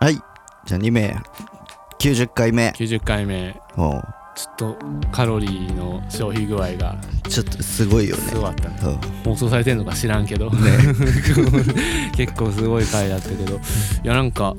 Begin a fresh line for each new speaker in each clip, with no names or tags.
はいじゃあ2名90回目
90回目
も
ちょっとカロリーの消費具合が
うちょっとすごいよね
すごかったね
うん
放送されてんのか知らんけど、 結構すごい回だったけどいやなんか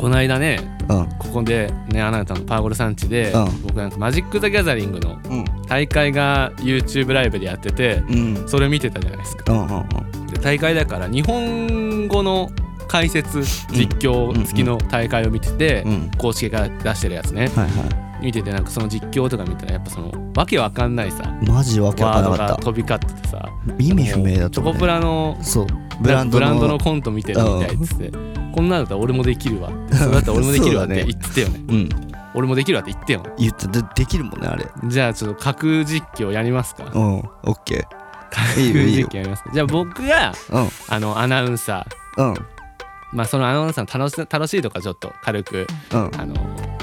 この間ね
うん
ここでねあなたのパーゴル産地で、
うん
僕なんかマジック・ザ・ギャザリングの
うん
大会が YouTube ライブでやってて
うん
それ見てたじゃないですか
うんうんうん
で大会だから日本語の解説実況付きの大会を見てて、
うん
公式が出してるやつね
はいは
見ててなんかその実況とか見たらやっぱそのわけわかんないさ
いマジわけわか
ワ
ん
ード
なか
が
った
飛び交っててさ
意味不明だった
チョ
も
コ
んね
プラの
そうブランドの
コント見てるみたいっつって、こんなのだったら俺もできるわ ってそれだったら俺もできるわっ
そう
て
だね
言ってたよね
うん
俺もできるわって言ってよ
言ってでできるもんねあれ
じゃあちょっと架空実況やりますか
う
架
んオッケーいいよ
空
いい
実
よ
況やりますかじゃあ僕が
うん
あのアナウンサー
うん
まあそのアナウンサーの楽し楽しいとかちょっと軽く
うん
あの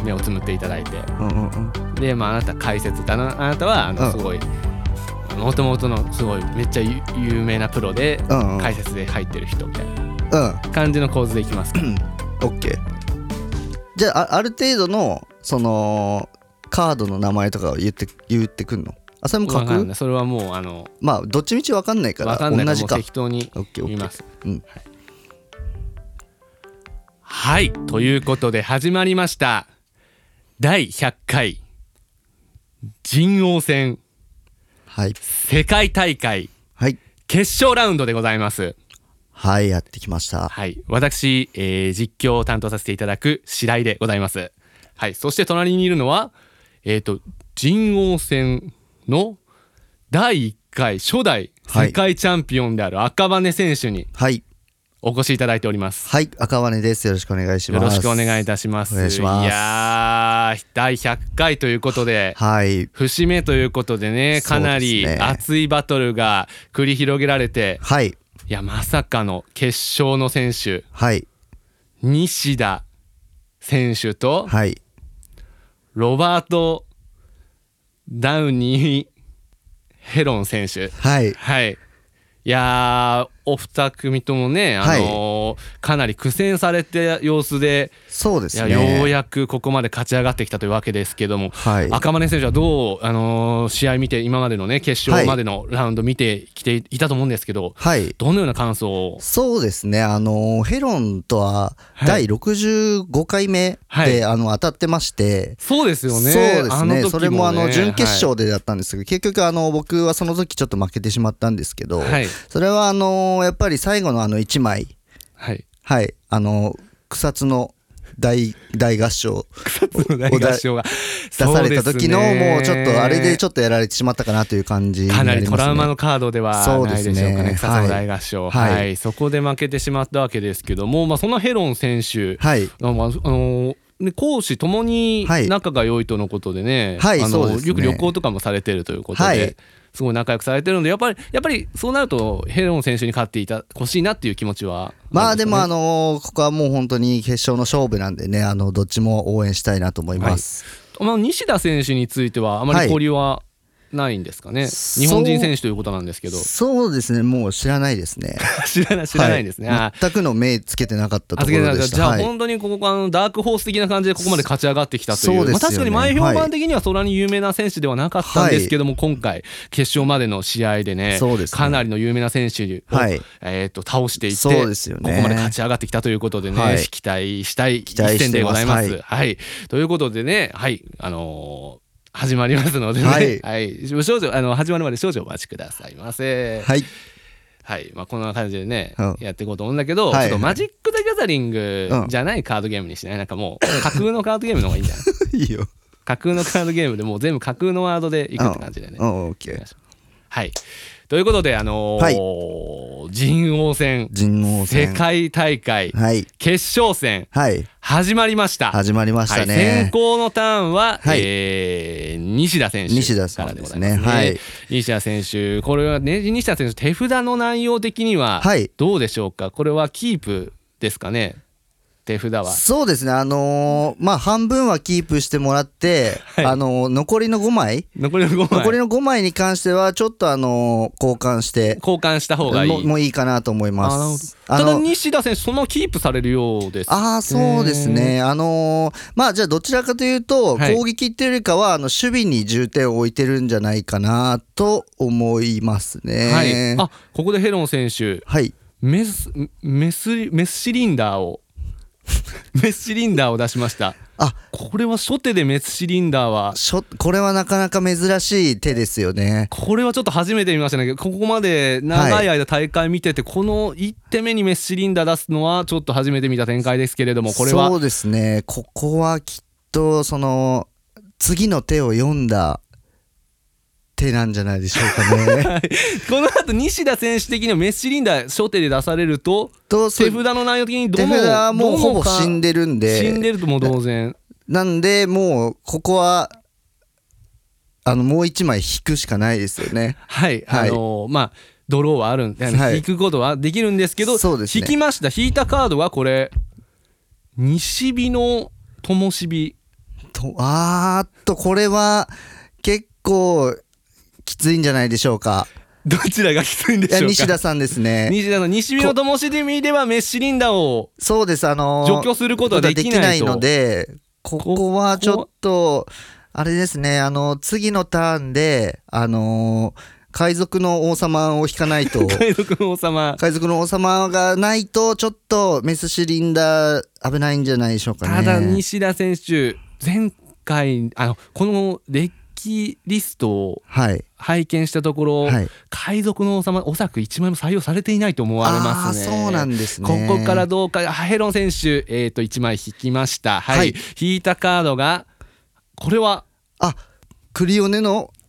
目をつむっていただいて
うんうんうん
でまああなた解説あなあなたはあ
うん
のすごいもともとのすごいめっちゃゆ有名なプロで
うんうん
解説で入ってる人みたいな
うん
感じの構図でいきますか
オッケーじゃああある程度のそのカードの名前とかを言って言ってくんのあそれも書
わかん
く
ないそれはもうあの
まあどっちみち分かんないか
わ
ら
かんない
同
らも
じ
う
か
適当に
オッケーオ
言
ッ
い
ケ
ま
ー
す
うん
はいということで始まりました第100回人王戦
はい
世界大会
はい
決勝ラウンドでございます
はいやってきました
はい私、えー実況を担当させていただく白井でございますはいそして隣にいるのはえっ、と人王戦の第1回初代
はい
世界チャンピオンである赤羽選手に
はい
お越しいただいております
はい赤羽ですよろしくお願いし
よ
ます
ろしくお願いいたします。
お願いします
やー、第100回ということで、
はい
節目ということでね、かなり
そうですね
熱いバトルが繰り広げられて、
はい
いや、まさかの決勝の選手、
はい
西田選手と、
はい
ロバート・ダウニー・ヘロン選手。
はい
はい。いやーお二組ともね、あのーかなり苦戦された様子で
そうで
い
す
や
ね
ようやくここまで勝ち上がってきたというわけですけども、
はい
赤羽選手はどう、あのー試合見て、今までのね、決
は
勝
い
までのラウンド見てきていたと思うんですけど、
はい
どのような感想を、
そうですね、あのヘロンとは
は
第
い
65回目で、
はい
あの当たってまして、
そうですよね、
そうです
あの
ね
時
それもあの
ね
準決勝でだったんですけど、結局あの僕はその時ちょっと負けてしまったんですけど、
はい、はい
それはあのやっぱり最後のあの1枚
はい、
はいあの草津の大大合唱
大合唱が
出された時のもうちょっとあれでち
ょっ
ょっとやられてしまったかなという感じに
かなり
り
ト
ます
ラウマ
ね
のカードでは
そう
な
で
い
す
で
ね
しょうかね、草
は
野
い
大合唱、
は
はいいそこで負けてしまったわけですけども、まあ、そのヘロン選手、
はい
あまああのね、講師ともに
はい
仲が良いとのことでね,、
はい
あの
そうですね
よく旅行とかもされてるということで、
はい
すごい仲良くされてるのでやっぱりやっぱりそうなるとヘロン選手に勝っていた欲しいなっていう気持ちは
まあでもあ
の
のここはもう本当に決勝の勝負なんでねあのどっちも応援したいなと思います、
まあ、西田選手についてはあまり交流はないんですかね、日本人選手ということなんですけど
そうですねもう知らないですね
知らない 知らないですね、
は
あ
全くの目つけてなかったと
あ
こ
つけてな
ろ
い
でし
です
た
じゃあ
はい
本当にここあのダークホース的な感じでここまで勝ち上がってきたという
そうですよね
まあ、確かに前評
は
判
い
的にはそんなに有名な選手ではなかったんですけども、今回決勝までの試合でね
そうですね
かなりの有名な選手を、
はい
えー、と倒していって
そうですよね
ここまで勝ち上がってきたということでね、
はい
期待したい一
待してます
戦でございます。
はい
はい、ということでねはいあのー始まりますのでね、
はい
はい、少女あの始まるまで少々お待ちくださいませ。
はい
はい、まあ、こんな感じでね、
うん
やっていこうと思うんだけど、
はい
ちょっとマジック・ザ・ギャザリング
うん
じゃないカードゲームにしない、なんかもう架空のカードゲームの方がいいん じゃな
い
い
いよ
架空のカードゲームでもう全部架空のワードでいくって感じだよね。
うんうんオッケー
はい、ということで、あのー
はい
人王戦
人王戦
世界大会
はい
決勝戦
はい
始まりました。
始まりました
はい、先
ね、
行のターンは、
はい
えー西田選手
西田さ
か
ん
らでござい
で
ますす
ね
ね。
はい
西田選手、これはね西田選手手札の内容的には
はい
どうでしょうか。これはキープですかね。手札は
そうですねあのーまあ半分はキープしてもら って、
い
あのー残りの5枚
残りの5枚
残りの5枚に関してはちょっとあのー交換して
交換した方がいい
ももういいかなと思い
あなる
ま
ほ
す
ど
あ
ただ
の
西田選手そのままキープされるようです
ああそうですねあのーまあじゃあどちらかというと
はい
攻撃っていうよりかはあの守備に重点を置いてるんじゃないかなと思いますね
はい、あここでヘロン選手
はい
メスメスメスシリンダ ーをメスシリンダーを出しました
あ
これは初手でメスシリンダーは
しょこれはなかなか珍しい手ですよね
これはちょっと初めて見ましたねここまで長い間大会見てて、この1手目にメスシリンダー出すのはちょっと初めて見た展開ですけれどもこれ
そ
は
うですねここはきっとその次の手を読んだ手なんじゃないでしょうか ね
この後西田選手的にはメスシリンダー初手で出されると
と
手札の内容的にど
手
の
札はもうほぼ死ん
で
でるんで
死んでるともう同然
なんでもうここはあのもう一枚引くしかないですよ ね。
はい、
はい
あのーまあドローはあるんで、
はい
引くことはできるんですけど
そうですね
引きました引いたカードはこれ西日の灯火
とあーっとこれは結構きついんじゃないでしょうか。
どちらがきついんで
いや
しょう
西
か
田さんですね。
西田の西日の灯火ではメッシリンダーを
そうですあのー
除去することはでき
こと
ないと
のでここはちょっとあれですねあの次のターンであのー海賊の王様を引かない と。
海賊の王様
海賊の王様がないとちょっとメスシリンダー危ないんじゃないでしょうかね。
ただ西田選手前回あのこの歴リストを
はい、
拝見したところ、
はい、
海賊の王様おそらく1枚も採用されていないと思われますね
あーそうなんですね
ここからどうか、ヘロン選手、えー、と1枚引きました。はい、
はい
引いたカードが、これは、
あクリオネの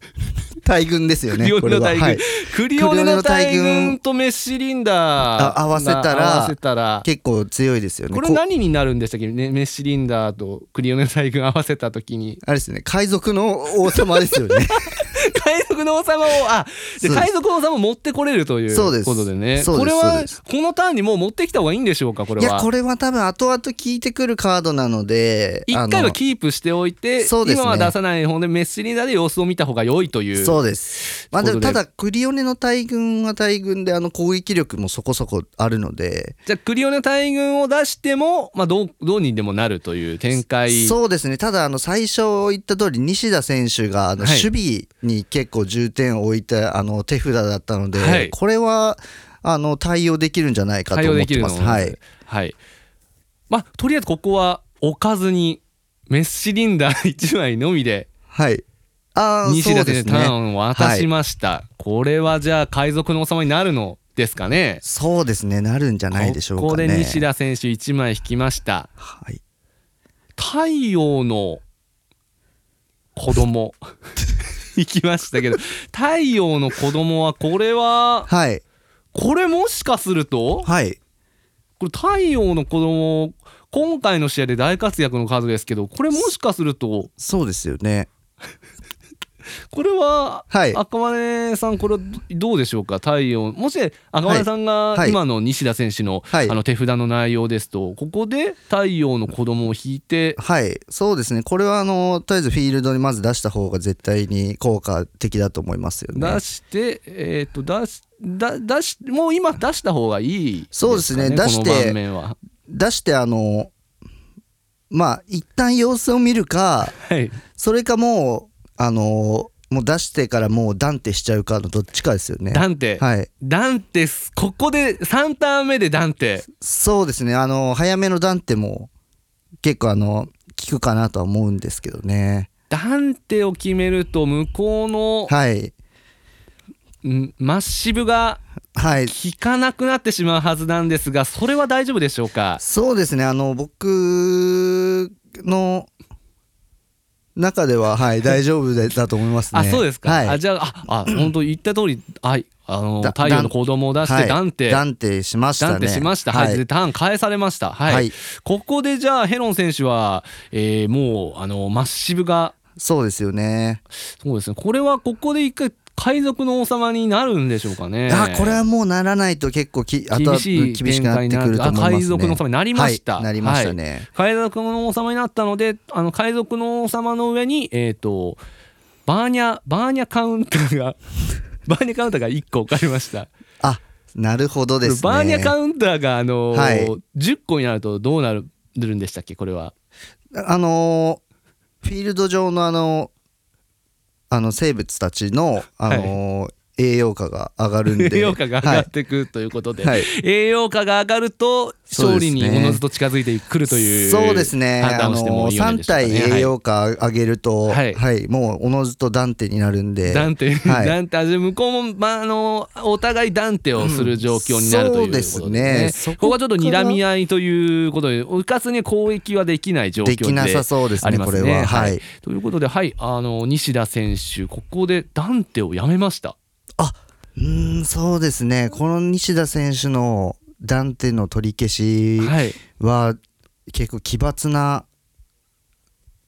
大群ですよ
ク
ね
リオネの大
これ
群、
ははい
クリオネの大
クリオネの大
群
群
とメッシリンダー
あ合わせたら
が合わせたら
結構強いですよね
これ
こ
何になるんでしたっけ、ね、メッシリンダーとクリオネの大群合わせたとき に、
あれですね海賊の王様ですよね
海賊の王様を、あ
そうで
で
す
海賊の王様を持ってこれるという
そうです
ことでね、
そう
こ
で
れ
すそう
は
で
このターンにもう持ってきた方がいいんでしょうか、これ
い
は。
やこれは多分後々聞いてくるカードなので
一
あ
回は
の
キープしておいて、
そうですね
今は出さない方でメッシリーダーで様子を見た方が良いという
そうです、まあ、でも
ということで
ただクリオネの大群は大群であの攻撃力もそこそこあるので
じゃあクリオネ大群を出しても、まあ、どうどうにでもなるという展開
そうですねただあの最初言った通り西田選手があの
はい
守備に結構重点を置いてあの手札だったので、
はい
これはあの対応できるんじゃないか
対
と
応
思
で
って
きる
ま
の
す。はい、
はいまあ、とりあえずここは置かずにメッシリンダー1枚のみで
はい、あー
西
そ
田
うで
選
す
手ター
ね。
ンを渡しました、これはじゃあ海賊の王様になるのですかね
そうですねなるんじゃないでしょうかね。
ここで西田選手1枚引きました
はい、
太陽の 子供行きましたけど太陽の子供はこれは
はい、
これもしかすると
はい、
これ太陽の子供今回の試合で大活躍の数ですけどこれもしかすると
そうですよね。
これは
はい、
赤羽さんこれはどうでしょうか太陽もし赤羽さんが
はい
今の西田選手のあ
はい
の手札の内容ですとここで太陽の子供を引いて
はい、そうですね。これはあのとりあえずフィールドにまず出した方が絶対に効果的だと思いますよね。
出して、えっ、と、出し、だ、出し、もう今出した方がいい、
そうですね
か
出して
この盤面は。
出してあのまあ一旦様子を見るか
はい。
それかもうあのもう出してからもう断定しちゃうかのどっちかですよね。
ダンテ。
はい、
ダンテス、ここで3ターン目でダンテ。
そうですねあの早めの断定も結構あの効くかなとは思うんですけどね。
ダンテを決めると、向こうの、
はい、
んマッシブが
はい、
効かなくなってしまうはずなんですが、それは大丈夫でしょうか
そうですねあの僕の中では、 はい、大丈夫でだと思いますね。
あ、そうですか。
はい
あ、じゃあ、 あ、あ、本当言った通り、はい、あの、
だ
太陽の子供を出して、
はい
ダンテ、
断定しましたね。
ダンテしました。はい。でターン返されました。はい。
はい
ここでじゃあヘロン選手は、えーもうあのマッシブが
そうですよね。
そうですねこれはここで一回海賊の王様になるんでしょうかね。
あこれはもうならないと結構き後々
厳しい
厳しくなってくると思いますね
あ海賊の王様になりました
はいなりましたね、
海賊の王様になったのであの海賊の王様の上にえっ、とバーニャバーニャカウンターが バーニャカウンターが1個置かれました、
あなるほどですね
バーニャカウンターがあのー
はい
10個になるとどうなるんでしたっけこれは
あのーフィールド上のあのあの生物たちの、あのー栄養価が上がるんで
栄養価が上が
は
っ
い
てくるということで、
はい
栄養価が上がると勝利に
そうです
お
ね
のずと近づいてくるという
そうですね
判
あ
断を
の
してもいいよね
3体栄養価上げると、
は
はいいもうおのずと断定になるんで
ダンテ、
はい
ダンテ、あじゃあ向こうも、まあ、あの、お互いダンテをする状況になるということですね。
そうですね
ここはちょっと睨み合いということで、うかつに攻撃はできない状況で
できなさそうです
あり
ね
ま
こ
す
れははい
ということで、はい、あの、西田選手、ここでダンテをやめました。
うーんそうですねこの西田選手の断定の取り消し
はい。
は結構奇抜な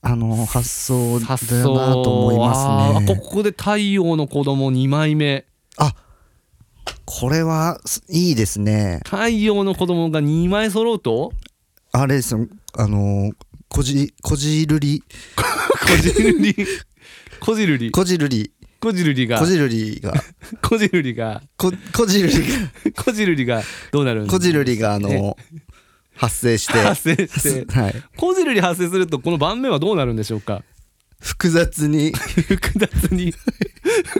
あの発想だ
発想
なと思いま
あ
す
ーこ
ね。
こで太陽の子供2枚目。
あこれはすいいですね。
太陽の子供が2枚揃うと、
あれですよあのーこじこじるり
こじるり、こじるり、
こじるり
こじるりが
こ、じるりが
こじるりが、
ここじるり が
こじるりがどうなるんです
こ
か
じるりがあのー発生して
発生して
はい
こじるり発生するとこの盤面はどうなるんでしょうか
複雑に
複雑に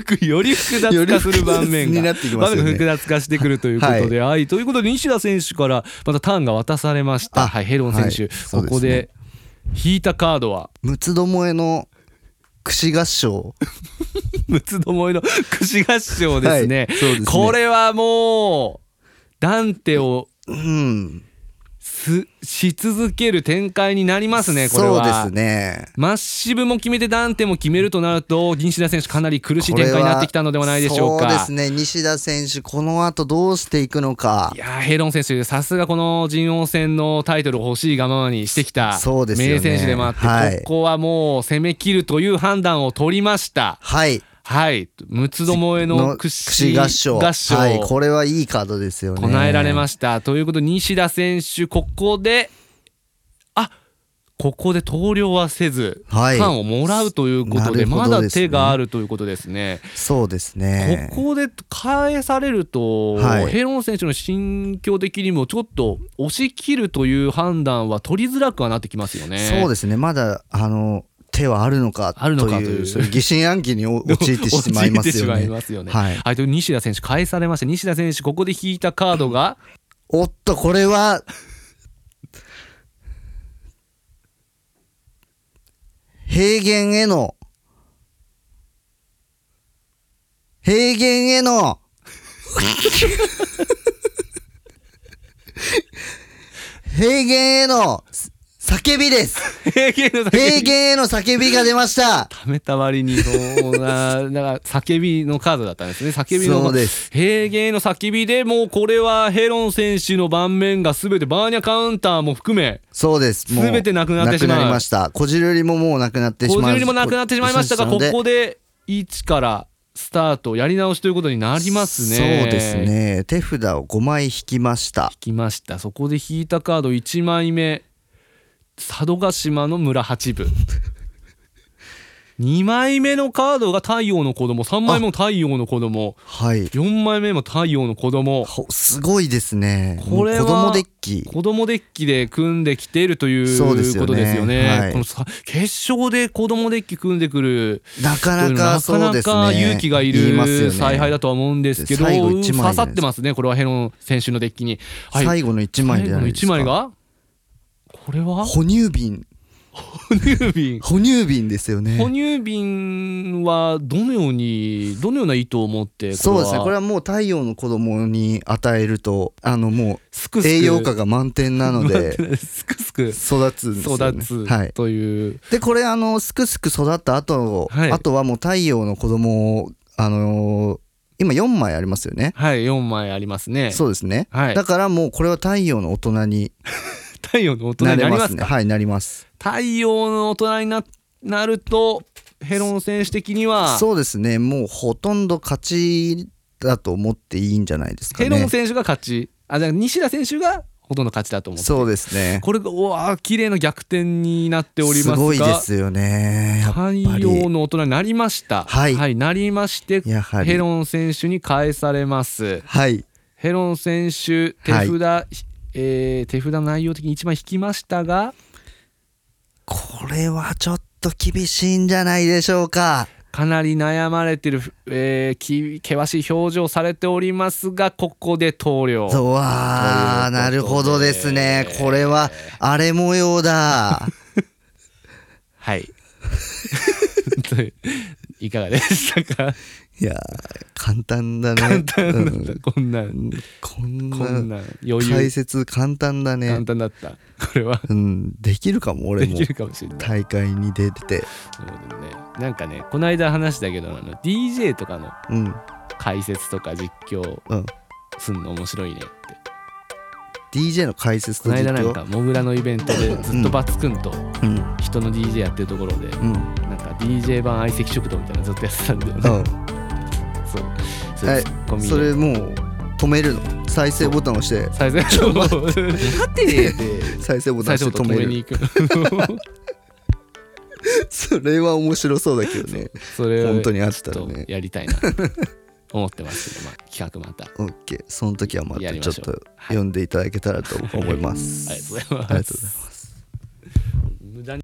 複より複雑
より
化する盤面
複雑にな
が
ってきま
盤
す
面
よ
が
ね
複雑化してくるということで、はいということで西田選手からまたターンが渡されました、
あ
はい、ヘロン選手、
はいそう
こ
ですね
こで引いたカードは
六つどもえの櫛合唱
六つどもえの櫛合唱ですね,、
はいそうですね
これはもうダンテを
うん
すし続ける展開になりますねこれは
そうですね
マッシブも決めてダンテも決めるとなると西田選手かなり苦しい展開になってきたのではないでしょうか。
これはそうですね西田選手この後どうしていくのか
いやーヘイロン選手、さすがこの陣王戦のタイトルを欲しいがままにしてきた
そうですよね
名選手でもあって、
はい
ここはもう攻め切るという判断を取りました。
はい
はい、六つどもえの櫛
櫛合唱
合唱
はいこれはいいカードですよね
唱えられま
し
した。ということで、西田選手、ここで、あここで投了はせず、
はい
缶をもらうということ
な
で、
る
ま
ほど
だ
ですね
手があるということですね。
そうですね
ここで返されると、
はい
ヘロン選手の心境的にもちょっと押し切るという判断は取りづらくはなってきますよね。
そうですねまだあの手はあるのかという
あるのかという
そういう疑心暗鬼にお陥ってしまいますよ
陥ってしまい
ね
ますよね
はい
はい、という西田選手返されました。西田選手ここで引いたカードが
おっとこれは平原への平原への平原への叫びです
平原 の叫び
平原への叫びが出ました
ためた割にそうな なんか叫びのカードだったんですね叫びの
そうです
平原の叫びでもうこれはヘロン選手の盤面が全てバーニャカウンターも含め
そうですもう
全てなくなってしまう
なくなりましたこじるりももうなくなってしま
小
う
銭もなくなってしまいましたがこ
ので
こで1からスタートやり直しということになりますね
そうですね手札を5枚引きました
引きましたそこで引いたカード1枚目佐渡島の村八部2枚目のカードが太陽の子供3枚目も太陽の子供
はい
4枚目も太陽の子供
ほすごいですね
これは
もう子供デッキ
子供デッキで組んできているという
そうですよね
ことですよね。
はい
このさ決勝で子供デッキ組んでくる
なかな
というのは
か
なか
そう
な
です
か
ね
勇気がい
言いますよね
る采配だとは思うんですけど、
最後一枚じゃない
刺さってますね、これはヘロン選手のデッキに。はい、
最後の1枚じゃ
最後
な
の
いです
1
か
枚がこれは
哺乳瓶
哺乳瓶。
哺乳瓶ですよね
哺乳瓶はどのようにどのような意図を持ってこれは
そうですねこれはもう太陽の子供に与えるとあのも
す
う
くすく
栄養価が満点なの で
すくすく
育つんですよ、
育
ね、
つ
はい、
という
でこれあのすくすく育った後、
はい
あとはもう太陽の子供をあのー今4枚ありますよね
はい4枚ありますね。
そうですね、
はい
だからもうこれは太陽の大人に
太陽の大人
な
に
れ
なり
ま
ますす
ね
か
はいなります
太陽の大人にななるとヘロン選手的には、
そうですねもうほとんど勝ちだと思っていいんじゃないですか
ヘロ
ね
ン選手が勝ちあじゃあ西田選手がほとんど勝ちだと思って
そうですね
これがうわー綺麗な逆転になっておりますが
すごいですよねやっぱ
太
り
陽の大人になりました
はい
なりまして
やはり
ヘロン選手に返されます
はい
ヘロン選手手札、えー手札の内容的に一番引きましたが
これはちょっと厳しいんじゃないでしょうか
かなり悩まれてる、えーき険しい表情されておりますがここで投了
うわー
という
なるほ
ことで
どですねこれは荒れ模様 だ
はい いかがでしたか
いやー簡単だね
簡単だっ
うん
た、こんなん
こん
こん
な
なん余
解
裕
説簡単だね
簡単だったこれは
うんできるかも俺
で
も
きるかもしれない
大会に出てて
なるほどねなんかねこの間話したけどあの DJ とかの
うん
解説とか実況
うん
すんの面白いねって
DJ の解説
ことの
実
間なん
況
かモグラのイベントでずっとバツくんと
うん
人の DJ やってるところで
うん
なんか DJ 版相席食堂みたいなのずっとやってたんだよね
うん
そうそうい
え
うツッコミ
それもう止めるの再生ボタン押して
最初のはて
再生ボタン
最
押して止
初止め
める
に行く
それは面白そうだけどね
それを
本当にあっ
ち
た
ょっ
ら
と
ね
やりたいな思ってますけど、まあ、企画また
オッケーその時はま
や
た
りま
ちょっ
しょう
と
はい
読んでいただけたらと思います、
ありがと
ありがとう
うございます
ございます
無駄に